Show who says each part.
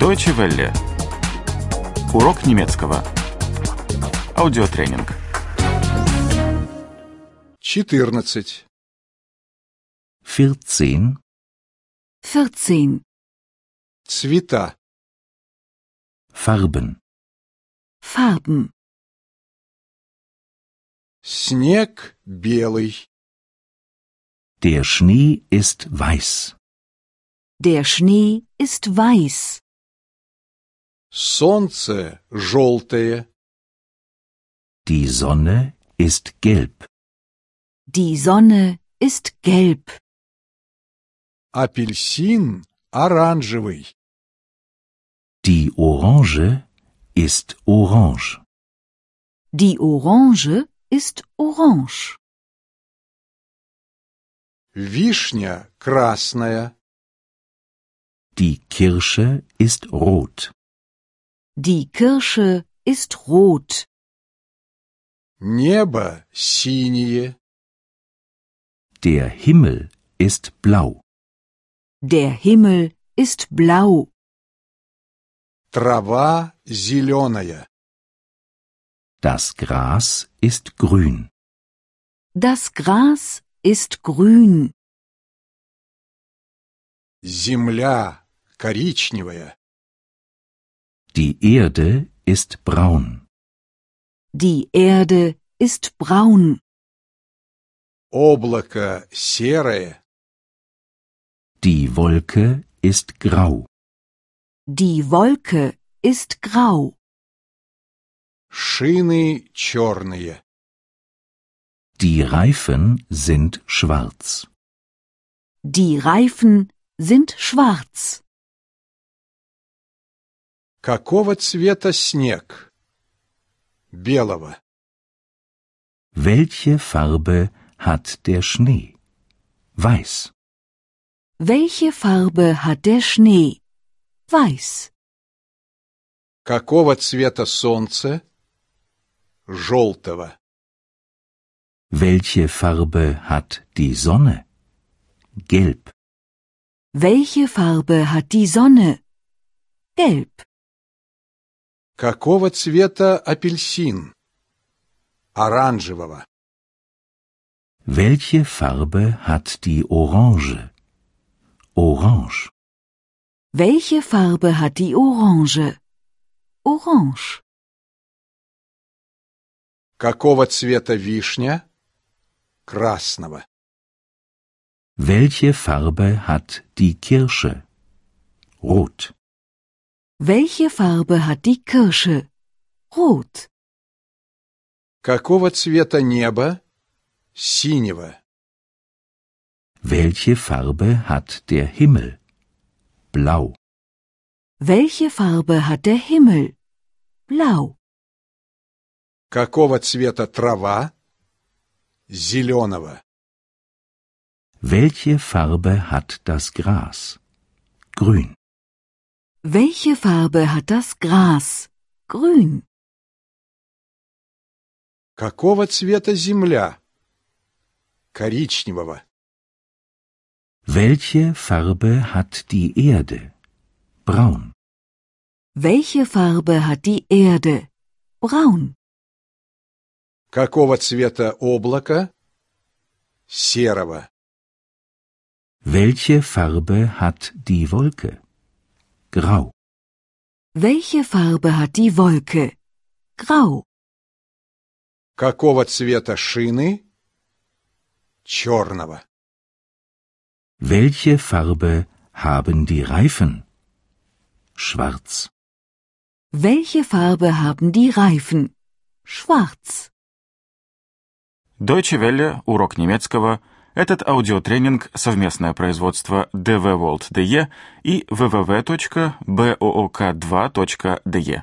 Speaker 1: Deutsche Welle. Урок немецкого. Аудиотренинг.
Speaker 2: 14.
Speaker 3: 14.
Speaker 4: 14.
Speaker 2: Цвета.
Speaker 3: Farben.
Speaker 4: Farben.
Speaker 2: Снег белый.
Speaker 3: Der Schnee ist weiß.
Speaker 4: Der Schnee ist weiß.
Speaker 2: Солнце желтое.
Speaker 3: Die Sonne ist gelb.
Speaker 4: Die Sonne ist gelb.
Speaker 2: Апельсин оранжевый.
Speaker 3: Die Orange ist orange.
Speaker 4: Die Orange ist orange.
Speaker 2: Вишня красная.
Speaker 3: Die Kirsche ist rot.
Speaker 4: Die Kirsche ist rot.
Speaker 2: Небо синее.
Speaker 3: Der Himmel ist blau.
Speaker 4: Der Himmel ist blau.
Speaker 2: Трава зеленая.
Speaker 3: Das Gras ist grün.
Speaker 4: Das Gras ist grün.
Speaker 2: Земля коричневая.
Speaker 3: Die Erde ist braun.
Speaker 4: Die Erde ist braun.
Speaker 2: Облако серое.
Speaker 3: Die Wolke ist grau.
Speaker 4: Die Wolke ist grau.
Speaker 2: Шины черные.
Speaker 3: Die Reifen sind schwarz.
Speaker 4: Die Reifen sind schwarz.
Speaker 2: Какого цвета снег? Белого.
Speaker 3: Welche Farbe hat der Schnee? Weiß.
Speaker 4: Welche Farbe hat der Schnee? Weiß.
Speaker 2: Какого цвета солнце? Желтого.
Speaker 3: Welche Farbe hat die Sonne? Gelb.
Speaker 4: Welche Farbe hat die Sonne? Gelb.
Speaker 2: Какого цвета апельсин? Оранжевого.
Speaker 3: Welche Farbe hat die Orange? Orange.
Speaker 4: Welche Farbe hat die Orange? Orange.
Speaker 2: Какого цвета вишня? Красного.
Speaker 3: Welche Farbe hat die Kirsche? Rot.
Speaker 4: Welche Farbe hat die Kirsche? Rot.
Speaker 2: Какого цвета небо? Синего.
Speaker 3: Welche Farbe hat der Himmel? Blau.
Speaker 4: Welche Farbe hat der Himmel? Blau.
Speaker 2: Какого цвета трава? Зеленого.
Speaker 3: Welche Farbe hat das Gras? Grün.
Speaker 4: Welche Farbe hat das Gras? Grün.
Speaker 2: Какого цвета земля? Коричневого.
Speaker 3: Welche Farbe hat die Erde? Braun.
Speaker 4: Welche Farbe hat die Erde? Braun.
Speaker 2: Какого цвета облако? Серого.
Speaker 3: Welche Farbe hat die Wolke? Grau.
Speaker 4: Welche Farbe hat die Wolke? Grau.
Speaker 2: Какого цвета шины? Черного.
Speaker 3: Welche Farbe haben die Reifen? Schwarz.
Speaker 4: Welche Farbe haben die Reifen? Schwarz.
Speaker 1: Deutsche Welle. Урок немецкого. Этот аудиотренинг – совместное производство DW World DE и www.book2.de.